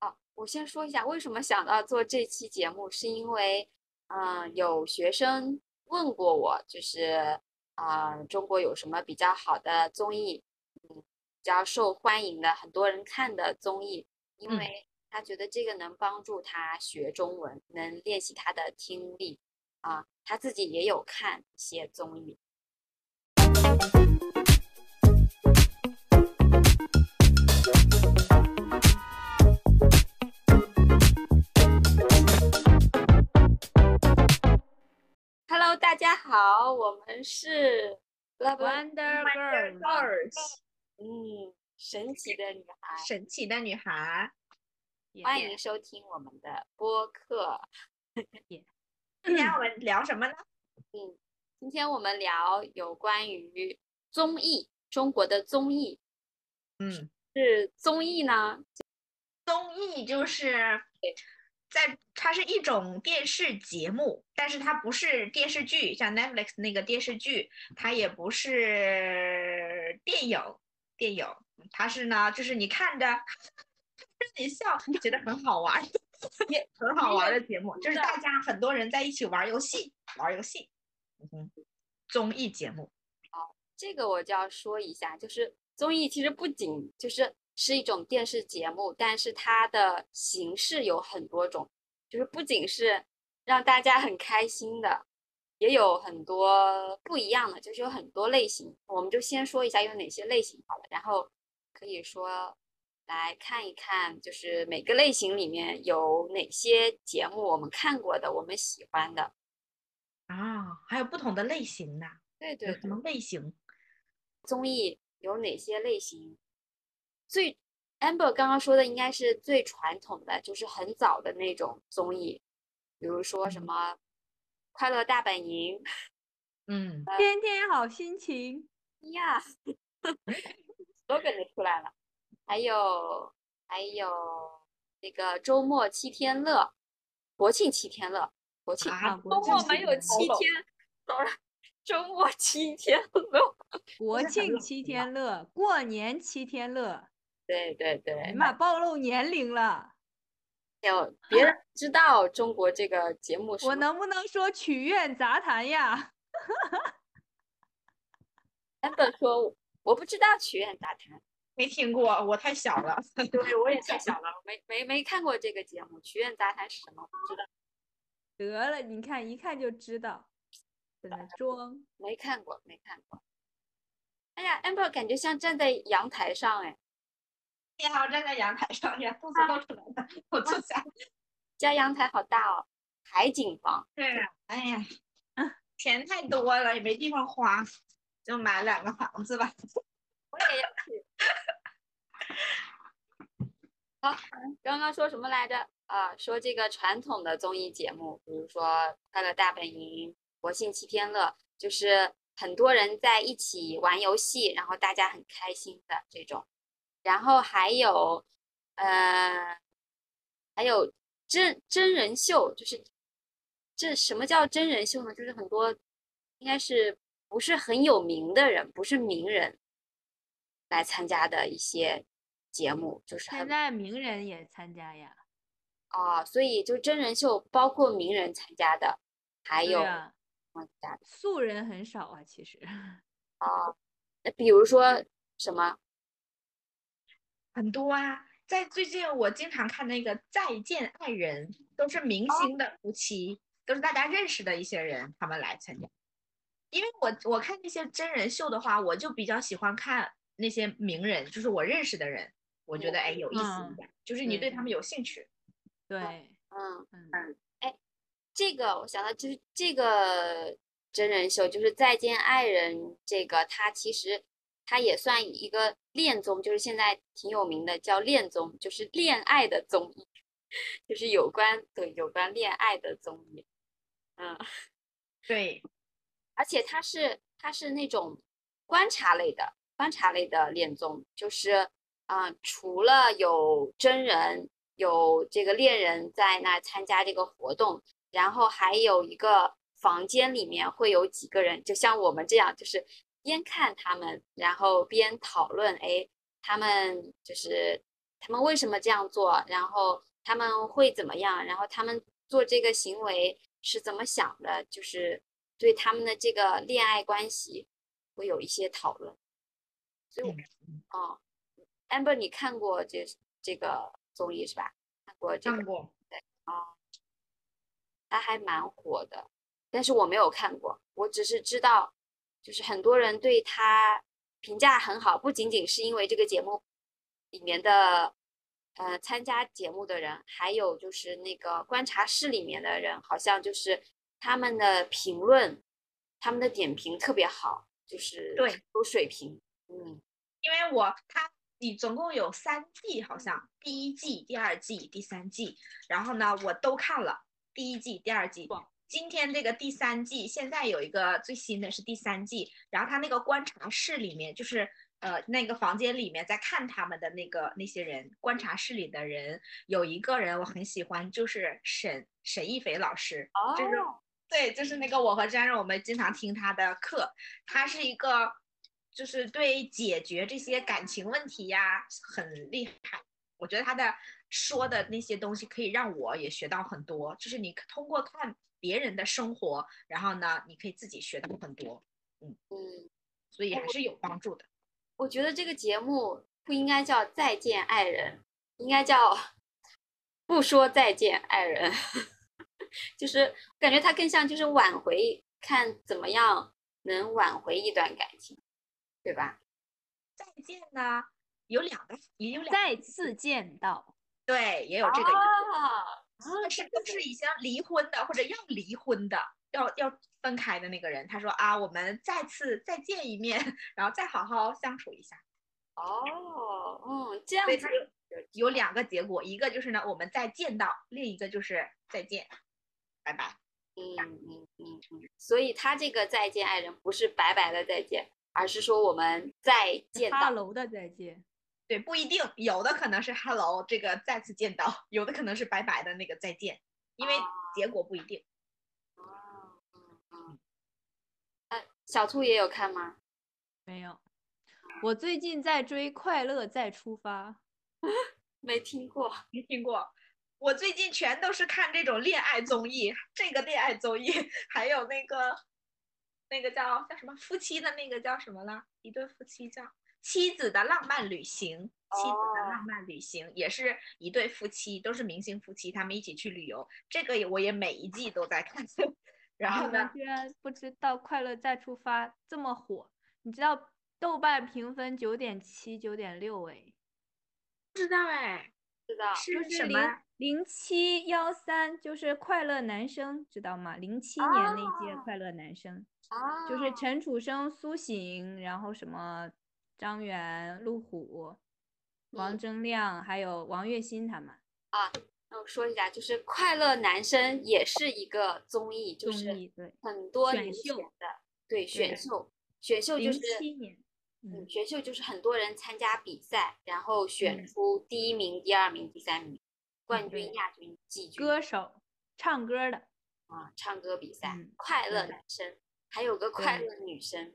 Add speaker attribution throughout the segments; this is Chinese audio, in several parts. Speaker 1: 哦我先说一下为什么想到做这期节目，是因为，嗯、有学生问过我，就是，啊、中国有什么比较好的综艺，嗯，比较受欢迎的，很多人看的综艺，因
Speaker 2: 嗯
Speaker 1: 为他觉得这个能帮助他学中文，能练习他的听力，啊、他自己也有看一些综艺，Hello，大家好，我们是 Love
Speaker 2: Wonder
Speaker 1: Wonder
Speaker 3: 嗯
Speaker 2: Girls，
Speaker 1: Girls 嗯，神奇的女孩，
Speaker 2: 神奇的女孩。
Speaker 1: 欢迎收听我们的播客。
Speaker 2: 今天我们聊什么呢？
Speaker 1: 嗯，今天我们聊有关于综艺，中国的综艺
Speaker 2: 嗯，
Speaker 1: 是综艺呢？
Speaker 2: 综艺就是在它是一种电视节目，但是它不是电视剧，像 Netflix 那个电视剧，它也不是电影，电影它是呢，就是你看着让你笑，你觉得很好玩儿， 也很好玩儿的节目，就是大家很多人在一起玩儿游戏，玩儿游戏，嗯哼，综艺节目。
Speaker 1: 这个我就要说一下，就是综艺其实不仅就是是一种电视节目，但是它的形式有很多种，就是不仅是让大家很开心的，也有很多不一样的，就是有很多类型。我们就先说一下有哪些类型好了，然后可以说来看一看，就是每个类型里面有哪些节目我们看过的，我们喜欢的。
Speaker 2: 啊，还有不同的类型呢，
Speaker 1: 对对
Speaker 2: 有什
Speaker 1: 对。
Speaker 2: 么类型？
Speaker 1: 综艺有哪些类型？最 Amber 刚刚说的应该是最传统的，就是很早的那种综艺，比如说什
Speaker 2: 嗯
Speaker 1: 么《快乐大本营》
Speaker 2: 嗯，
Speaker 3: 天天好心情，
Speaker 1: 呀 ，slogan 都出来了，还有还有那个周末七天乐，国庆七天乐，国庆
Speaker 2: 啊
Speaker 1: 周
Speaker 3: 国庆
Speaker 1: 末
Speaker 3: 七
Speaker 1: 没有
Speaker 3: 天
Speaker 1: 七
Speaker 2: 乐
Speaker 1: 天，sorry，周末七天乐，
Speaker 3: 国
Speaker 2: 是很
Speaker 3: 庆
Speaker 2: 冷
Speaker 3: 七
Speaker 2: 门的
Speaker 3: 天乐，过年七天乐，
Speaker 1: 对对对，
Speaker 3: 哎呀妈，暴露年龄了，
Speaker 1: 有别人知道中国这个节目是
Speaker 3: 我
Speaker 1: 吗
Speaker 3: 能不能说曲苑杂谈呀？
Speaker 1: Amber 说我不知道曲苑杂谈，
Speaker 2: 没听过，我太小了。
Speaker 1: 对我也太小了，没没没看过这个节目，曲苑杂谈是什么？不知道，
Speaker 3: 得了，你看一看就知道，在那装。
Speaker 1: 没看过，没看过。哎呀，Amber 感觉像站在阳台上，哎，
Speaker 2: 你好，站在阳台上呀，肚子露出来了， 我坐 下。
Speaker 1: 家阳台好大哦，海景房。
Speaker 2: 对呀，哎呀，
Speaker 1: 嗯
Speaker 2: 钱太多了，也没地方花，就买两个房子吧。
Speaker 1: 我也要去。好，刚刚说什么来着？啊，说这个传统的综艺节目，比如说《快乐大本营》《国庆七天乐》，就是很多人在一起玩游戏，然后大家很开心的这种。然后还有，呃，还有真真人秀，就是这什么叫真人秀呢？就是很多应该是不是很有名的人，不是名人来参加的一些节目，就是
Speaker 3: 现
Speaker 1: 很
Speaker 3: 在名人也参加呀，
Speaker 1: 啊、所以就真人秀包括名人参加的，还
Speaker 3: 对啊
Speaker 1: 有
Speaker 3: 呀，
Speaker 1: 参加的
Speaker 3: 素人很少啊，其实
Speaker 1: 啊，那比如说什么
Speaker 2: 很多啊，在最近我经常看那个《再见爱人》，都是明星的夫妻，都是大家认识的一些人，他们来参加。因为我我看那些真人秀的话，我就比较喜欢看那些名人，就是我认识的人，我觉得哎有意思一
Speaker 3: 嗯
Speaker 2: 点，就是你对
Speaker 3: 对
Speaker 2: 他们有兴趣。
Speaker 3: 对，
Speaker 1: 嗯。
Speaker 3: 嗯，
Speaker 1: 这个我想到就是这个真人秀，就是《再见爱人》这个，它其实它也算一个恋综，就是现在挺有名的叫恋综，就是恋爱的综艺， 就是有关对有关恋爱的综艺。嗯，
Speaker 2: 对，
Speaker 1: 而且它是它是那种观察类的观察类的恋综，就是啊、呃除了有真人有这个恋人在那参加这个活动，然后还有一个房间里面会有几个人，就像我们这样，就是边看他们，然后边讨论，哎，他们就是他们为什么这样做，然后他们会怎么样，然后他们做这个行为是怎么想的，就是对他们的这个恋爱关系会有一些讨论。所以我，哦，amber，你看过这这个综艺是吧？看过这
Speaker 2: 看
Speaker 1: 个，
Speaker 2: 过，
Speaker 1: 它还蛮火的，但是我没有看过，我只是知道，就是很多人对他评价很好，不仅仅是因为这个节目里面的呃参加节目的人，还有就是那个观察室里面的人，好像就是他们的评论，他们的点评特别好，就是
Speaker 2: 对
Speaker 1: 有水平，嗯，
Speaker 2: 因为我它你总共有三季，好像第一季、第二季、第三季，然后呢，我都看了第一季、第二季。今天这个第三季，现在有一个最新的是第三季，然后他那个观察室里面，就是呃那个房间里面在看他们的那个那些人，观察室里的人有一个人我很喜欢，就是沈沈亦菲老师，
Speaker 1: 哦
Speaker 2: 就是对，就是那个我和詹瑞，我们经常听他的课，他是一个就是对解决这些感情问题呀很厉害。我觉得他的说的那些东西可以让我也学到很多，就是你通过看别人的生活，然后呢，你可以自己学到很多，
Speaker 1: 嗯，
Speaker 2: 所以还是有帮助的。
Speaker 1: 我觉得这个节目不应该叫再见爱人，应该叫不说再见爱人，就是感觉它更像就是挽回，看怎么样能挽回一段感情，对吧？
Speaker 2: 再见呢，有两个，也有两
Speaker 3: 再次见到，
Speaker 2: 对，也有这个意思。
Speaker 1: 啊，
Speaker 2: 但是都是已经离婚的或者要离婚的，要要分开的那个人，他说啊，我们再次再见一面，然后再好好相处一下。
Speaker 1: 哦，嗯，这样
Speaker 2: 啊所以
Speaker 1: 子
Speaker 2: 他有有两个结果，一个就是呢我们再见到，另一个就是再见，拜拜。
Speaker 1: 嗯嗯嗯嗯，所以他这个再见爱人不是白白的再见，而是说我们再见
Speaker 3: 哈
Speaker 1: 到，
Speaker 3: 喽的再见，
Speaker 2: 对，不一定，有的可能是 hello 这个再次见到，有的可能是拜拜的那个再见，因为
Speaker 1: 啊
Speaker 2: 结果不一定。
Speaker 1: 嗯嗯，呃，小兔也有看吗？
Speaker 3: 没有。我最近在追《快乐再出发》，
Speaker 1: 没听过。
Speaker 2: 没听过。我最近全都是看这种恋爱综艺，这个恋爱综艺，还有那个那个叫叫什么夫妻的那个叫什么了？一对夫妻叫《妻子的浪漫旅行》，妻子
Speaker 3: 哦
Speaker 2: 的浪漫旅行也是一对夫妻，都是明星夫妻，他们一起去旅游。这个也我也每一季都在看。 然
Speaker 3: 你
Speaker 2: 后
Speaker 3: 们
Speaker 2: 呢，
Speaker 3: 居然不知道《快乐再出发》这么火？你知道豆瓣评分九点七、九点六哎，
Speaker 2: 不知道哎，
Speaker 1: 知道，
Speaker 2: 是
Speaker 3: 就是
Speaker 2: 什
Speaker 3: 零
Speaker 1: 啊
Speaker 2: 么？
Speaker 3: 零七幺三，就是快乐男生，知道吗？零七年那届
Speaker 1: 哦
Speaker 3: 快乐男生，
Speaker 1: 啊
Speaker 3: 就是陈楚生、苏醒，然后什么张元、陆虎、王
Speaker 1: 嗯
Speaker 3: 铮亮，还有王栎鑫他们
Speaker 1: 那我呃说一下，就是《快乐男生》也是一个综艺，就
Speaker 3: 综
Speaker 1: 是
Speaker 3: 艺对，
Speaker 1: 很多
Speaker 3: 选
Speaker 1: 年前
Speaker 3: 秀
Speaker 1: 的，对选
Speaker 3: 对
Speaker 1: 秀，选秀就
Speaker 3: 零
Speaker 1: 是
Speaker 3: 七年，
Speaker 1: 嗯
Speaker 3: 嗯，
Speaker 1: 选秀就是很多人参加比赛，然后选
Speaker 3: 嗯
Speaker 1: 出第一名、第二名、第三名，冠
Speaker 3: 嗯
Speaker 1: 军、
Speaker 3: 对
Speaker 1: 亚军、季军
Speaker 3: 歌手唱歌的，
Speaker 1: 啊，唱歌比赛，
Speaker 3: 嗯
Speaker 1: 快乐
Speaker 3: 对
Speaker 1: 男生，还有个快
Speaker 3: 对
Speaker 1: 乐女生，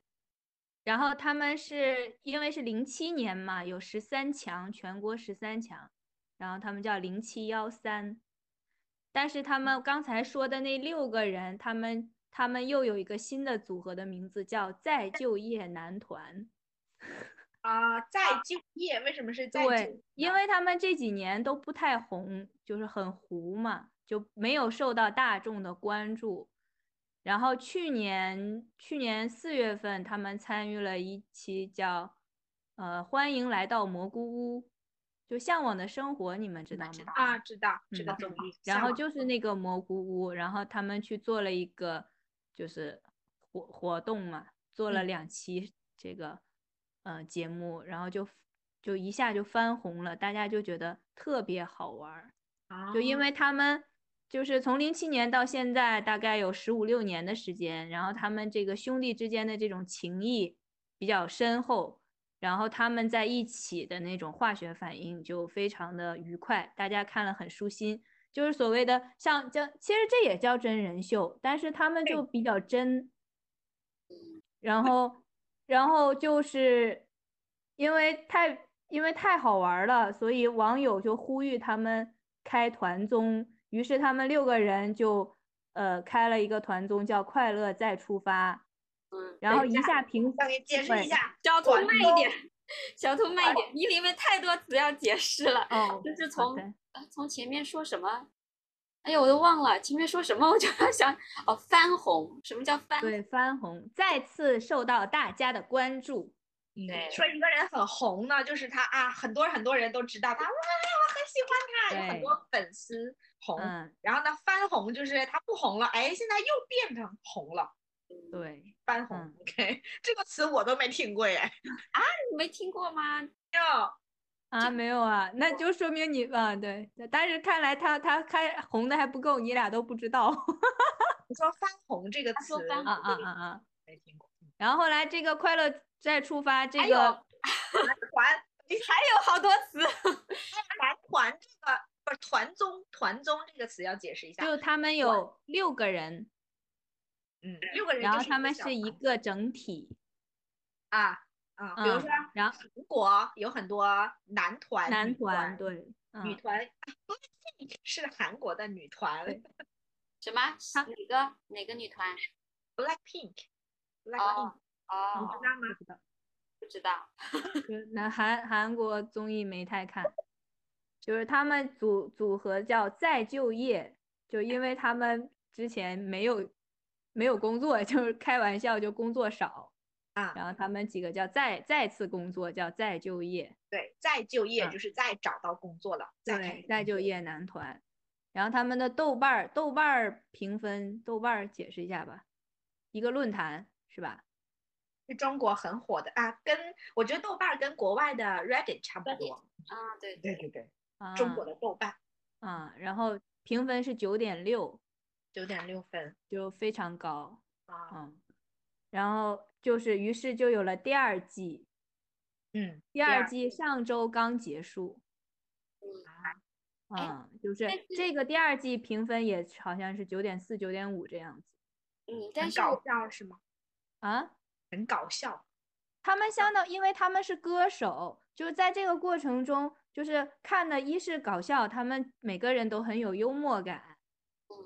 Speaker 3: 然后他们是因为是零七年嘛，有十三强，全国十三强，然后他们叫零七幺三。但是他们刚才说的那六个人，他们他们又有一个新的组合的名字叫再就业男团。
Speaker 2: 啊，再就业为什么是再就业
Speaker 3: 对
Speaker 2: 呢？，
Speaker 3: 因为他们这几年都不太红，就是很糊嘛，就没有受到大众的关注。然后去年去年四月份，他们参与了一期叫“呃欢迎来到蘑菇屋”，就向往的生活，你们知道吗？
Speaker 2: 啊，知道这个
Speaker 3: 嗯
Speaker 2: 综艺，
Speaker 3: 然
Speaker 2: 向
Speaker 3: 后
Speaker 2: 往
Speaker 3: 就是那个蘑菇屋，然后他们去做了一个就是活活动嘛，做了
Speaker 2: 嗯
Speaker 3: 两期这个呃节目，然后就就一下就翻红了，大家就觉得特别好玩儿，就因
Speaker 2: 啊
Speaker 3: 为他们就是从零七年到现在大概有十五六年的时间，然后他们这个兄弟之间的这种情谊比较深厚，然后他们在一起的那种化学反应就非常的愉快，大家看了很舒心。就是所谓的像叫，其实这也叫真人秀，但是他们
Speaker 2: 对
Speaker 3: 就比较真，
Speaker 1: 嗯，
Speaker 3: 然后，然后就是因为太因为太好玩儿了，所以网友就呼吁他们开团综，于是他们六个人就呃开了一个团综叫《快乐再出发》，
Speaker 1: 嗯，
Speaker 3: 然后
Speaker 2: 等
Speaker 3: 一
Speaker 2: 一下
Speaker 3: 下评
Speaker 2: 我给解释
Speaker 3: 对
Speaker 2: 一下，
Speaker 1: 小兔
Speaker 2: 团
Speaker 1: 慢一
Speaker 2: 综
Speaker 1: 点，小兔慢一 点，你里面太多词要解释了。
Speaker 3: 哦，
Speaker 1: 就是
Speaker 3: 好
Speaker 1: 从
Speaker 3: 的
Speaker 1: 啊从前面说什么，哎呀，我都忘了前面说什么， 我就要想哦，翻红，什么叫翻？
Speaker 3: 对翻红再次受到大家的关注。嗯
Speaker 1: 对
Speaker 2: 说一个人很红呢，就是他啊，很多很多人都知道他，哇，我很喜欢他，有很
Speaker 3: 对
Speaker 2: 多粉丝红。
Speaker 3: 嗯，
Speaker 2: 然后呢，翻红就是他不红了，哎，现在又变成红了，
Speaker 1: 嗯，
Speaker 3: 对，
Speaker 2: 翻红。
Speaker 3: 嗯
Speaker 2: OK，这 个词我都没听过耶。
Speaker 1: 你没听过吗？
Speaker 2: 哟，
Speaker 3: 啊，没有啊，那就说明你啊，对，但是看来他他开红的还不够，你俩都不知道
Speaker 2: 你说翻红这个
Speaker 1: 他说
Speaker 2: 词，
Speaker 1: 翻
Speaker 3: 啊啊啊啊！
Speaker 2: 没听过。
Speaker 3: 然后后来这个快乐再出发，这
Speaker 1: 还有
Speaker 3: 个
Speaker 2: 团哎
Speaker 1: 还有好多 词，
Speaker 2: 男团这个不是团综，团综这个词要解释一下。
Speaker 3: 就他们有六个人，
Speaker 2: 嗯，六个人，
Speaker 3: 然后他们
Speaker 2: 是
Speaker 3: 是
Speaker 2: 一
Speaker 3: 一
Speaker 2: 个小
Speaker 3: 个整体，
Speaker 2: 团啊啊，比如
Speaker 3: 嗯
Speaker 2: 说
Speaker 3: 然后
Speaker 2: 韩国有很多男团、
Speaker 3: 男
Speaker 2: 女
Speaker 3: 团对，
Speaker 2: 女
Speaker 3: 嗯，
Speaker 2: 团，是韩国的女团
Speaker 3: 对
Speaker 1: 什么哪个哪个女团？
Speaker 2: ，BLACKPINK，BLACKPINK，
Speaker 1: 哦
Speaker 3: 你
Speaker 1: 哦，
Speaker 2: 知道吗？
Speaker 3: 不知道，
Speaker 1: 不知道，
Speaker 3: 就是嗯那韩韩国综艺没太看，就是他们组组合叫再就业，就因为他们之前没有没有工作， 就是开玩笑就工作少，
Speaker 2: 啊
Speaker 3: 然后他们几个叫再再次工作，叫再就业。
Speaker 2: 对，再就业
Speaker 3: 嗯
Speaker 2: 就是再找到工作了，再开
Speaker 3: 对
Speaker 2: 始
Speaker 3: 再
Speaker 2: 工
Speaker 3: 就
Speaker 2: 作
Speaker 3: 业男团，然后他们的豆瓣儿豆瓣儿评分，豆瓣儿解释一下吧，一个论坛是吧？
Speaker 2: 是中国很火的啊，跟我觉得豆瓣儿跟国外的 Reddit 差不
Speaker 1: Reddit
Speaker 2: 多，
Speaker 1: 啊，对
Speaker 2: 对
Speaker 1: 对，
Speaker 2: 对对，
Speaker 3: 啊，
Speaker 2: 中国的豆瓣
Speaker 3: 啊，然后评分是九点六，
Speaker 2: 九点六分
Speaker 3: 就非常高，
Speaker 2: 啊，
Speaker 3: 嗯，然后就是于是就有了第二季，
Speaker 2: 嗯，
Speaker 3: 第
Speaker 2: 二
Speaker 3: 二季上周刚结束，
Speaker 1: 嗯，哎
Speaker 3: 嗯，就是
Speaker 1: 但是
Speaker 3: 这个第二季评分也好像是九点四、九点五这样子
Speaker 1: 嗯，但
Speaker 2: 很
Speaker 1: 是
Speaker 2: 搞
Speaker 1: 我
Speaker 2: 笑是吗？
Speaker 3: 啊。
Speaker 2: 很搞笑，
Speaker 3: 哦他们相当，因为他们是歌手，就是在这个过程中，就是看的一是搞笑，他们每个人都很有幽默感，
Speaker 1: 嗯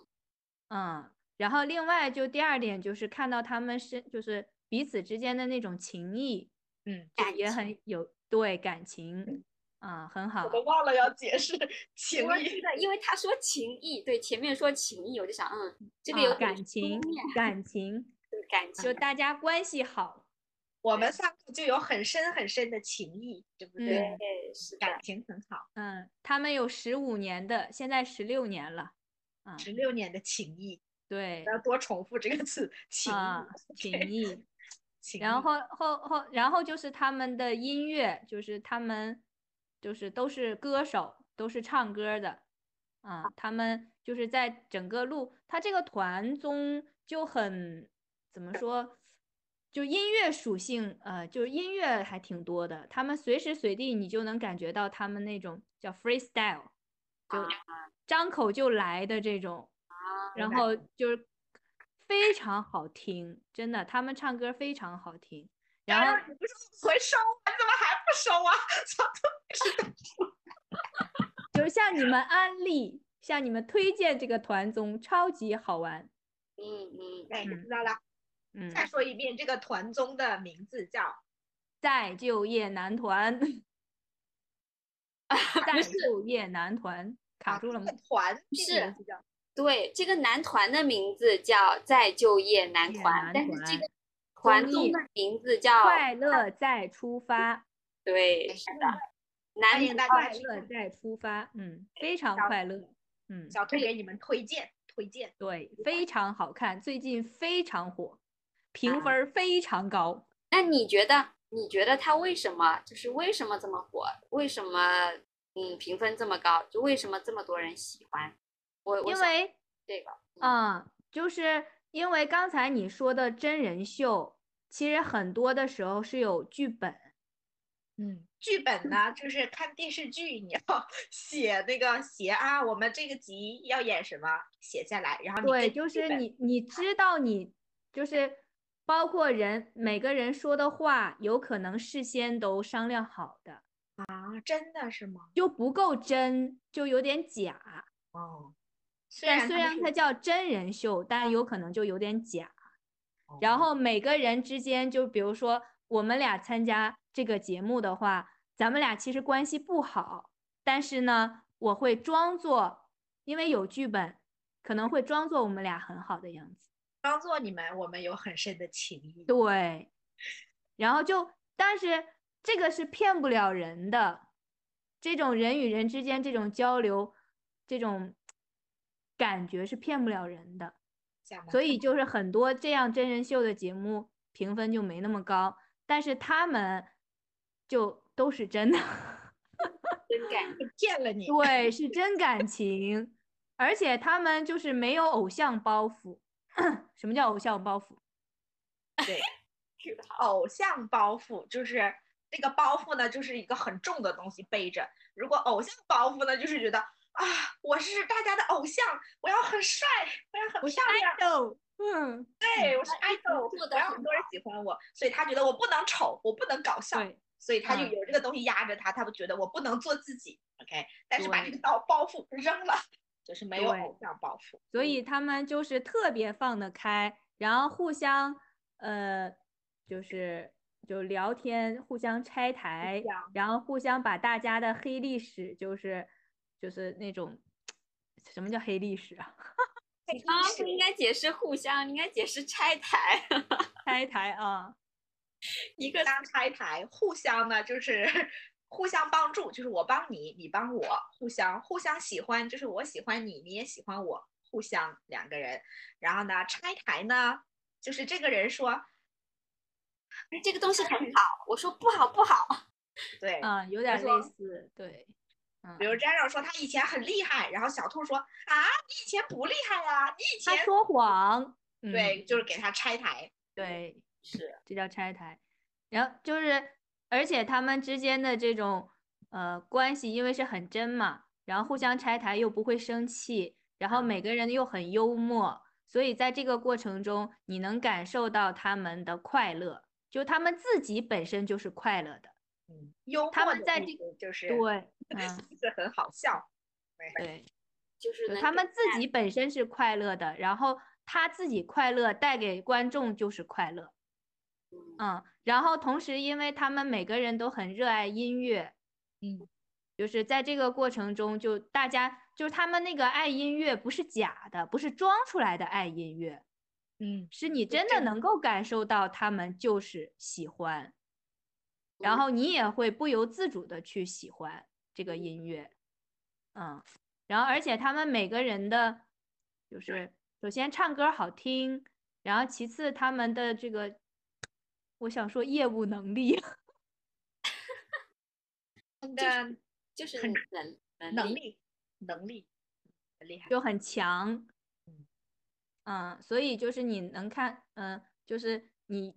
Speaker 3: 嗯，然后另外就第二点就是看到他们是就是彼此之间的那种情谊，
Speaker 2: 嗯，
Speaker 3: 就
Speaker 1: 感
Speaker 3: 也
Speaker 1: 情
Speaker 3: 很有对感情，嗯，很好
Speaker 2: 我，都忘了要解释 情
Speaker 1: 我
Speaker 2: 谊
Speaker 1: 记得，因为他说情谊，对，前面说情谊，我就想，嗯，这个
Speaker 3: 啊
Speaker 1: 有点哎
Speaker 3: 感
Speaker 1: 书
Speaker 3: 情啊
Speaker 1: 面，
Speaker 3: 感情，
Speaker 1: 对感情
Speaker 3: 就，大家关系好，
Speaker 2: 我们三个就有很深很深的情谊，对不对？
Speaker 3: 嗯
Speaker 1: 对，是的，
Speaker 2: 感情很好，
Speaker 3: 嗯，他们有十五年的，现在十六年了，嗯，
Speaker 2: 十六年的情谊，
Speaker 3: 对
Speaker 2: 不。要多重复这个词，情
Speaker 3: 啊
Speaker 2: 谊，
Speaker 3: 情谊，
Speaker 2: 情
Speaker 3: 然
Speaker 2: 谊
Speaker 3: 后后后，然后就是他们的音乐，就是他们就是都是歌手，都是唱歌儿的，啊，他们就是在整个路，他这个团综就很怎么说，就音乐属性，呃，就是音乐还挺多的，他们随时随地你就能感觉到他们那种叫 freestyle，就
Speaker 1: 嗯
Speaker 3: 张口就来的这种，然
Speaker 2: 明白
Speaker 3: 后就是非常好听，真的，他们唱歌非常好听。然后
Speaker 2: 你不是回收吗？怎么还不收啊？操！
Speaker 3: 就是向你们安利，向你们推荐这个团综，超级好玩。
Speaker 1: 嗯嗯，
Speaker 2: 哎，
Speaker 3: 嗯
Speaker 2: 知道了。
Speaker 3: 嗯，
Speaker 2: 再说一遍，这个团综的名字叫
Speaker 3: 再就业男团，再就业男团，卡
Speaker 2: 啊
Speaker 3: 住了吗嗯
Speaker 2: 这？个团
Speaker 1: 是
Speaker 2: 名字叫
Speaker 1: 对，这个男团的名字叫再就业男
Speaker 3: 业
Speaker 1: 团，
Speaker 3: 哎男
Speaker 1: 但是这
Speaker 3: 团
Speaker 1: 个团
Speaker 3: 综艺
Speaker 1: 综的名字
Speaker 2: 哦
Speaker 1: 叫
Speaker 3: 快乐再出
Speaker 2: 嗯
Speaker 3: 发，
Speaker 1: 对，是的，男
Speaker 2: 欢哎迎大
Speaker 1: 团
Speaker 2: 家
Speaker 3: 快
Speaker 2: 去
Speaker 3: 乐再出发，嗯，非常
Speaker 2: 小
Speaker 3: 快乐，嗯，
Speaker 2: 小兔给你们推荐推荐。
Speaker 3: 对，非常好看，最近非常火，
Speaker 2: 啊
Speaker 3: 评分儿非常高。
Speaker 1: 那你觉得？你觉得他为什么就是为什么这么火？为什么嗯评分这么高？就为什么这么多人喜欢？我我
Speaker 3: 因
Speaker 1: 想
Speaker 3: 为
Speaker 1: 这个
Speaker 2: 嗯
Speaker 3: 啊、就是因为刚才你说的真人秀，其实很多的时候是有剧本，
Speaker 2: 嗯，剧本呢，就是看电视剧，你要 写那个写啊，我们这个集要演什么，写下来，啊然后你
Speaker 3: 对，
Speaker 2: 根据
Speaker 3: 就
Speaker 2: 剧
Speaker 3: 是
Speaker 2: 本嗯
Speaker 3: 你你知道你就是包括人每个人说的话，有可能事先都商量好的，
Speaker 2: 啊，真的是吗？
Speaker 3: 就不够真，就有点假。
Speaker 2: 哦，虽
Speaker 3: 但
Speaker 2: 然
Speaker 3: 虽
Speaker 2: 他
Speaker 3: 然
Speaker 2: 们
Speaker 3: 它
Speaker 2: 是嗯
Speaker 3: 叫真人秀，但有可能就有点假。
Speaker 2: 哦
Speaker 3: 然后每个人之间，就比如说我们俩参加这个节目的话，咱们俩其实关系不好，但是呢，我会装作，因为有剧本，可能会装作我们俩很好的样子。
Speaker 2: 装作你们我们有很深的情谊，
Speaker 3: 对，然后就，但是这个是骗不了人的，这种人与人之间这种交流，这种感觉是骗不了人的。
Speaker 2: 讲得
Speaker 3: 所
Speaker 2: 很
Speaker 3: 以就是很多这样真人秀的节目评分就没那么高，但是他们就都是真的，
Speaker 1: 真感
Speaker 2: 好骗了你。
Speaker 3: 对，是真感情，而且他们就是没有偶像包袱。 什么叫偶像包袱？
Speaker 1: 觉好。
Speaker 2: 偶像包袱，就是那个包袱呢，就是一个很重的东西背着；如果偶像包袱呢，就是觉得啊，我是大家的偶像，我要很帅，我要很漂亮，
Speaker 3: 豆，嗯，
Speaker 2: 对我是
Speaker 1: 做
Speaker 2: idol，
Speaker 1: 得
Speaker 2: 我要
Speaker 1: 很
Speaker 2: 很多人喜欢我，所以他觉得我不能丑，我不能搞笑，
Speaker 3: 对，
Speaker 2: 所以他就
Speaker 3: 嗯
Speaker 2: 有这个东西压着他，他不觉得我不能做自己，OK，但是把这
Speaker 3: 对
Speaker 2: 个包包袱扔了，就是没有
Speaker 3: 对
Speaker 2: 偶像包袱，
Speaker 3: 所
Speaker 2: 嗯
Speaker 3: 以他们就是特别放得开，然后互相呃，就是就聊天，互相拆台
Speaker 2: 相，
Speaker 3: 然后互相把大家的黑历史，就是就是那种什么叫黑历史啊？
Speaker 2: 嗯
Speaker 1: 你刚刚不应该解释互相，你应该解释拆台。
Speaker 3: 拆台啊，
Speaker 1: 一个
Speaker 2: 相拆台，互相呢就是 互相帮助，就是我帮你，你帮我，互相互相喜欢，就是我喜欢你，你也喜欢我，互相两个人。然后呢，拆台呢，就是这个人说，
Speaker 1: 哎这个东西很好，我说不好不好，
Speaker 2: 对，
Speaker 3: 嗯，有点类
Speaker 2: 说
Speaker 3: 似，对，嗯
Speaker 2: 比，如 Jaro 说他以前很厉害，然后小兔说啊，你以前不厉害啊，你以
Speaker 3: 他
Speaker 2: 前
Speaker 3: 说谎，
Speaker 2: 对，
Speaker 3: 嗯
Speaker 2: 就是给他拆台，
Speaker 3: 对，
Speaker 1: 是
Speaker 3: 这叫拆台。然后就是，而且他们之间的这种呃关系，因为是很真嘛，然后互相拆台又不会生气，然后每个人又很幽默，所以在这个过程中，你能感受到他们的快乐，就他们自己本身就是快乐的。
Speaker 2: 嗯，幽默
Speaker 3: 他们
Speaker 2: 的
Speaker 3: 在
Speaker 2: 意
Speaker 3: 这
Speaker 2: 思就是
Speaker 3: 对，嗯，
Speaker 2: 就是很好笑，
Speaker 3: 对，
Speaker 1: 就是
Speaker 3: 就
Speaker 1: 能
Speaker 3: 他们
Speaker 1: 给
Speaker 3: 自己本身是快乐的，然后他自己快乐带给观众就是快乐。
Speaker 1: 嗯
Speaker 3: 嗯，然后同时，因为他们每个人都很热爱音乐，
Speaker 2: 嗯，
Speaker 3: 就是在这个过程中，就大家就是他们那个爱音乐不是假的，不是装出来的爱音乐，
Speaker 2: 嗯，
Speaker 3: 是你真的
Speaker 2: 真
Speaker 3: 能够感受到他们就是喜欢，然后你也会不由自主的去喜欢这个音乐，嗯，然后而且他们每个人的就是首先唱歌好听，然后其次他们的这个我想说业务能力。
Speaker 2: 的
Speaker 1: 嗯就是
Speaker 2: 很
Speaker 1: 能
Speaker 2: 能
Speaker 1: 力
Speaker 2: 力能力很厉害，
Speaker 3: 就很强
Speaker 2: 嗯。
Speaker 3: 嗯，所以就是你能看，嗯，就是你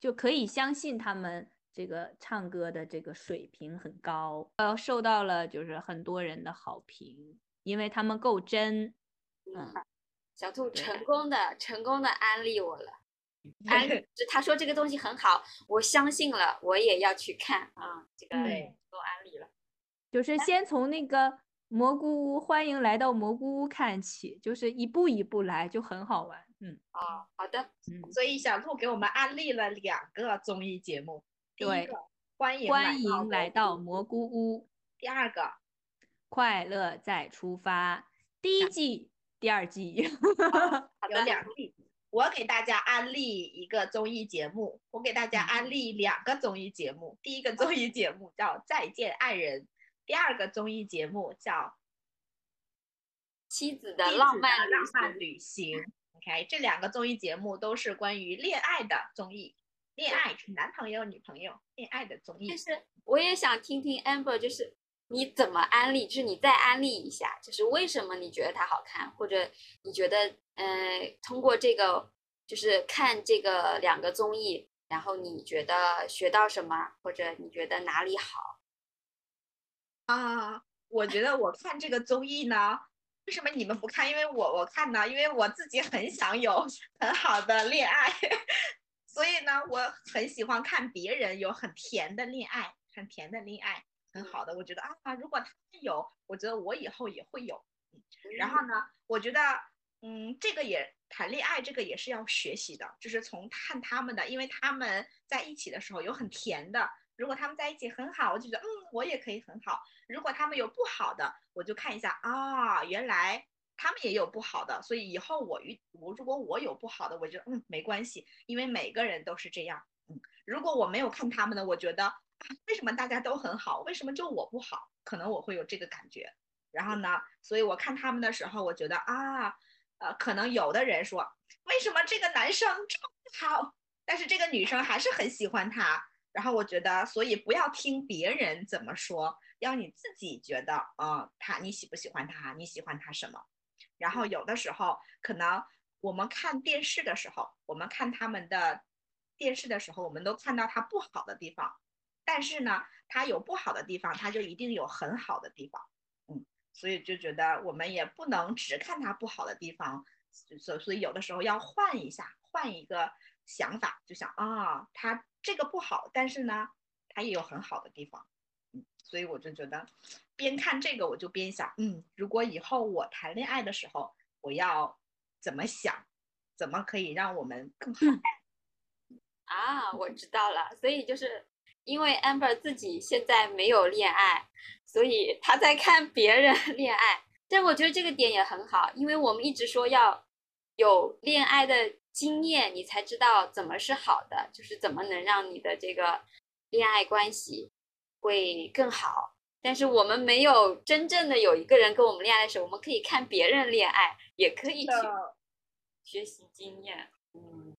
Speaker 3: 就可以相信他们这个唱歌的这个水平很高，呃，受到了就是很多人的好评，因为他们够真。
Speaker 1: 嗯
Speaker 3: 嗯，
Speaker 1: 小兔
Speaker 3: 对
Speaker 1: 成功的成功的安利我 了，安利就他说这个东西很好，我相信了，我也要去看啊，这个
Speaker 3: 嗯
Speaker 2: 对。
Speaker 1: 都安利了，
Speaker 3: 就是先从那个蘑菇屋，欢迎来到蘑菇屋看起，就是一步一步来，就很好玩。嗯
Speaker 1: 啊好的，
Speaker 3: 嗯，
Speaker 2: 所以小兔给我们安利了两个综艺节目，第一
Speaker 3: 对
Speaker 2: 个欢迎
Speaker 3: 欢迎来到
Speaker 2: 蘑菇
Speaker 3: 蘑菇屋，
Speaker 2: 第二个
Speaker 3: 快乐再出发，第一季、第二季。
Speaker 1: 好
Speaker 2: 有
Speaker 1: 的，
Speaker 2: 两例，我给大家安利一个综艺节目，我给大家
Speaker 3: 嗯
Speaker 2: 安利两个综艺节目，第一个综艺节目叫《再见爱人》，第二个综艺节目叫
Speaker 1: 妻子
Speaker 2: 《
Speaker 1: 的
Speaker 2: 妻
Speaker 1: 浪
Speaker 2: 子
Speaker 1: 漫
Speaker 2: 的
Speaker 1: 旅
Speaker 2: 浪漫
Speaker 1: 行
Speaker 2: 旅行》。OK，这两个综艺节目都是关于恋爱的综艺，恋爱是男朋友、女朋友，恋爱的综艺
Speaker 1: 但。是我也想听听 Amber，就是你怎么安利，就是你再安利一下，就是为什么你觉得它好看，或者你觉得，呃，通过这个就是看这个两个综艺，然后你觉得学到什么，或者你觉得哪里好？
Speaker 2: 啊，我觉得我看这个综艺呢，为什么你们不看？因为我我看呢，因为我自己很想有很好的恋爱， 所以呢，我很喜欢看别人有很甜的恋爱，很甜的恋爱，很好的。我觉得啊，如果他们有，我觉得我以后也会有。然后呢，我觉得，嗯，这个也谈恋爱，这个也是要学习的，就是从看他们的，因为他们在一起的时候有很甜的，如果他们在一起很好，我就觉得，嗯，我也可以很好；如果他们有不好的，我就看一下啊，原来他们也有不好的，所以以后我遇我如果我有不好的，我就嗯没关系，因为每个人都是这样。嗯，如果我没有看他们的，我觉得啊，为什么大家都很好，为什么就我不好？可能我会有这个感觉。然后呢，所以我看他们的时候，我觉得啊，呃，可能有的人说，为什么这个男生这么好，但是这个女生还是很喜欢他。然后我觉得，所以不要听别人怎么说，要你自己觉得，嗯、呃，他你喜不喜欢他，你喜欢他什么。然后有的时候，可能我们看电视的时候，我们看他们的电视的时候，我们都看到他不好的地方，但是呢，他有不好的地方，他就一定有很好的地方。所以就觉得我们也不能只看他不好的地方，所所以有的时候要换一下，换一个想法，就想啊，他这个不好，但是呢，他也有很好的地方，嗯，所以我就觉得，边看这个我就边想，嗯，如果以后我谈恋爱的时候，我要怎么想，怎么可以让我们更好？
Speaker 1: 啊，我知道了，所以就是因为 Amber 自己现在没有恋爱，所以她在看别人 恋爱。但我觉得这个点也很好，因为我们一直说要有恋爱的经验，你才知道怎么是好的，就是怎么能让你的这个恋爱关系会更好。但是我们没有真正的有一个人跟我们恋爱的时候，我们可以看别人恋爱，也可以去学习经验。嗯。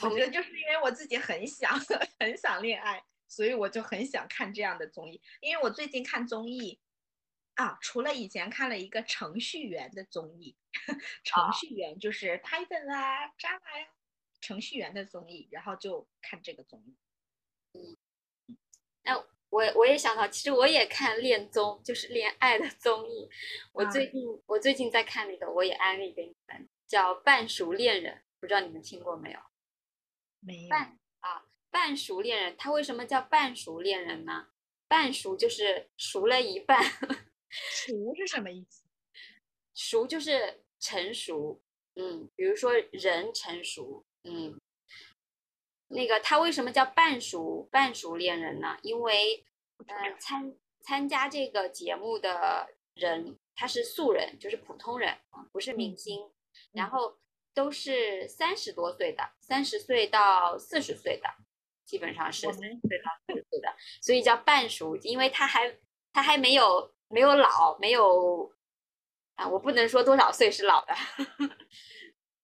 Speaker 2: 我觉得就是因为我自己很想 很想恋爱，所以我就很想看这样的综艺。因为我最近看综艺啊，除了以前看了一个程序员的综艺，
Speaker 1: 啊
Speaker 2: 程序员就是 Python 啊、Java 呀、程序员的综艺，然后就看这个综艺。
Speaker 1: 那我我也想到，其实我也看恋综，就是恋爱的综艺。我最近、我最近在看那个，我也安利给你们，叫《半熟恋人》，不知道你们听过没有？
Speaker 2: 没有，
Speaker 1: 半啊，半熟恋人，他为什么叫半熟恋人呢？半熟就是熟了一半，
Speaker 2: 熟是什么意思？
Speaker 1: 熟就是成熟，嗯，比如说人成熟，嗯，那个他为什么叫半熟半熟恋人呢？因为嗯、呃参参加这个节目的人他是素人，就是普通人，啊不是明星，然后都是三十多岁的，三十岁到四十岁的，基本上是
Speaker 2: 我
Speaker 1: 三十
Speaker 2: 们
Speaker 1: 岁到四十岁的，所以叫半熟，因为他还他还没有没有老，没有啊，我不能说多少岁是老的，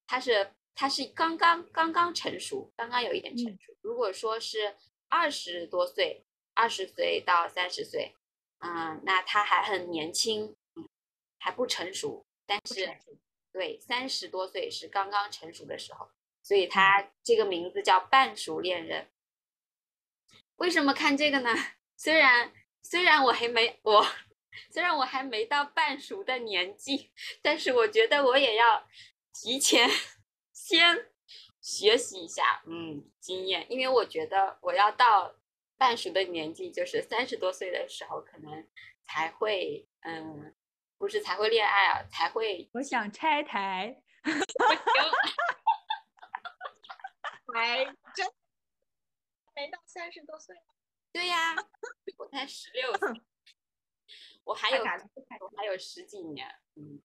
Speaker 1: 他是他是刚刚刚刚成熟，刚刚有一点成熟。如果说是二十多岁，二十岁到三十岁，嗯，那他还很年轻，嗯，还不成熟，但是。对，三十多岁是刚刚成熟的时候，所以他这个名字叫半熟恋人。为什么看这个呢？虽然虽然我还没我，虽然我还没到半熟的年纪，但是我觉得我也要提前先学习一下，嗯，经验，因为我觉得我要到半熟的年纪，就是三十多岁的时候，可能才会，嗯，不是才会恋爱啊，才会
Speaker 3: 我想拆台，
Speaker 2: 还真没到三十多岁，
Speaker 1: 对呀、 我才十六岁， 我还有
Speaker 2: 太难了
Speaker 1: 我还有十几年，嗯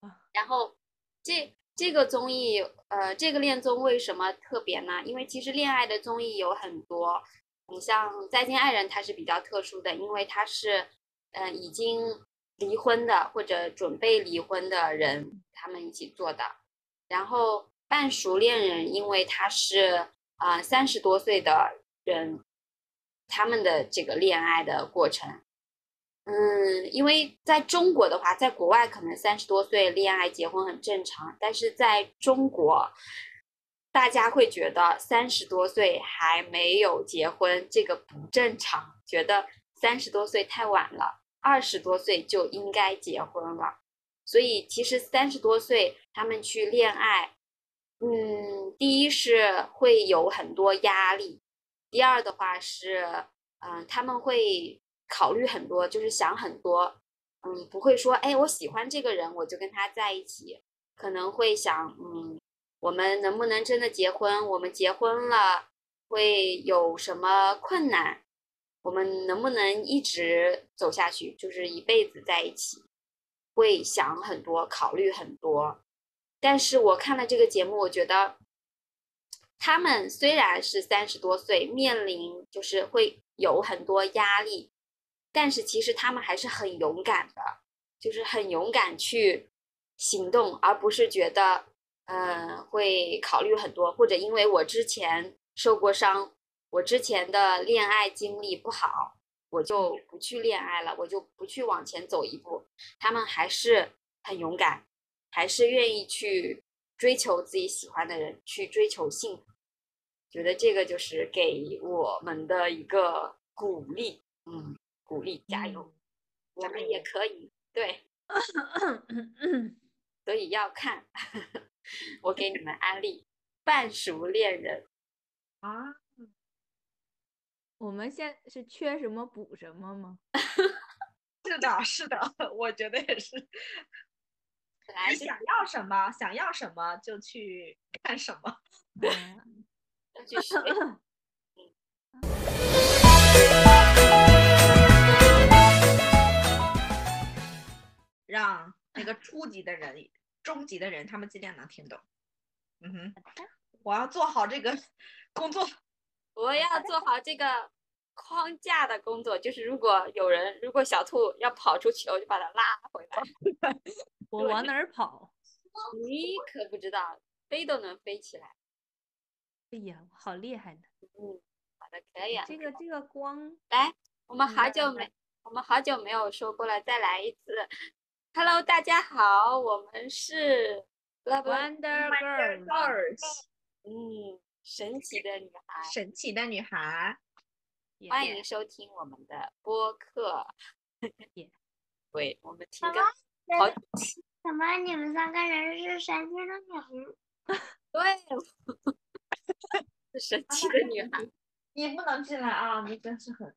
Speaker 3: 啊，
Speaker 1: 然后这这个综艺，呃，这个恋综为什么特别呢？因为其实恋爱的综艺有很多，你像《再见爱人》，它是比较特殊的，因为它是，呃，已经离婚的或者准备离婚的人他们一起做的，然后《半熟恋人》，因为他是啊三十多岁的人，他们的这个恋爱的过程。嗯，因为在中国的话，在国外可能三十多岁恋爱结婚很正常，但是在中国，大家会觉得三十多岁还没有结婚，这个不正常，觉得三十多岁太晚了，二十多岁就应该结婚了。所以其实三十多岁他们去恋爱，嗯，第一是会有很多压力，第二的话是嗯、他们会考虑很多，就是想很多，嗯，不会说，哎，我喜欢这个人，我就跟他在一起，可能会想，嗯，我们能不能真的结婚？我们结婚了会有什么困难？我们能不能一直走下去，就是一辈子在一起？会想很多，考虑很多。但是我看了这个节目，我觉得他们虽然是三十多岁，面临就是会有很多压力，但是其实他们还是很勇敢的，就是很勇敢去行动，而不是觉得嗯、呃会考虑很多，或者因为我之前受过伤，我之前的恋爱经历不好，我就不去恋爱了，我就不去往前走一步。他们还是很勇敢，还是愿意去追求自己喜欢的人，去追求幸福。觉得这个就是给我们的一个鼓励，嗯，鼓励，加油，我们也可以，对，所以要看， 我给你们安利《半熟恋人》，
Speaker 2: 啊，
Speaker 3: 我们现是缺什么补什么 吗？
Speaker 2: 是的，是的， 我觉得也是。
Speaker 1: 本来
Speaker 2: 你
Speaker 1: 是
Speaker 2: 想要什么，想要什么就去 干什么。
Speaker 3: 嗯
Speaker 1: 要去学
Speaker 2: 让那个初级的人、中级的人，他们尽量能听懂。嗯哼，我要做好这个 工作。
Speaker 1: 我要做好这个框架的工作，就是如果有人，如果小兔要跑出去，我就把它拉回来。
Speaker 3: 我往哪儿跑？
Speaker 1: 你可不知道，飞都能飞起来。
Speaker 3: 哎呀，我好厉害呢！
Speaker 1: 嗯，好的，可以啊。
Speaker 3: 这个这个光，
Speaker 1: 来，我们
Speaker 3: 嗯
Speaker 1: 好
Speaker 3: 来
Speaker 1: 久
Speaker 3: 来
Speaker 1: 没，我们好久没有说过了，再来一次。Hello，大家好，我们是 Love，
Speaker 3: Wonder
Speaker 2: Wonder
Speaker 3: Girls 啊
Speaker 2: Girls，
Speaker 1: 嗯，神奇的女孩，
Speaker 2: 神奇的女孩。
Speaker 3: 也
Speaker 1: 欢迎收听我们的播客
Speaker 3: Yeah。
Speaker 1: 对，我们停
Speaker 4: 好
Speaker 1: 更
Speaker 4: 吗
Speaker 1: 好
Speaker 4: 人怎么你们三个人是神奇的女孩？
Speaker 1: 对， 是神奇的女孩。
Speaker 2: 你不能进来啊！你真是很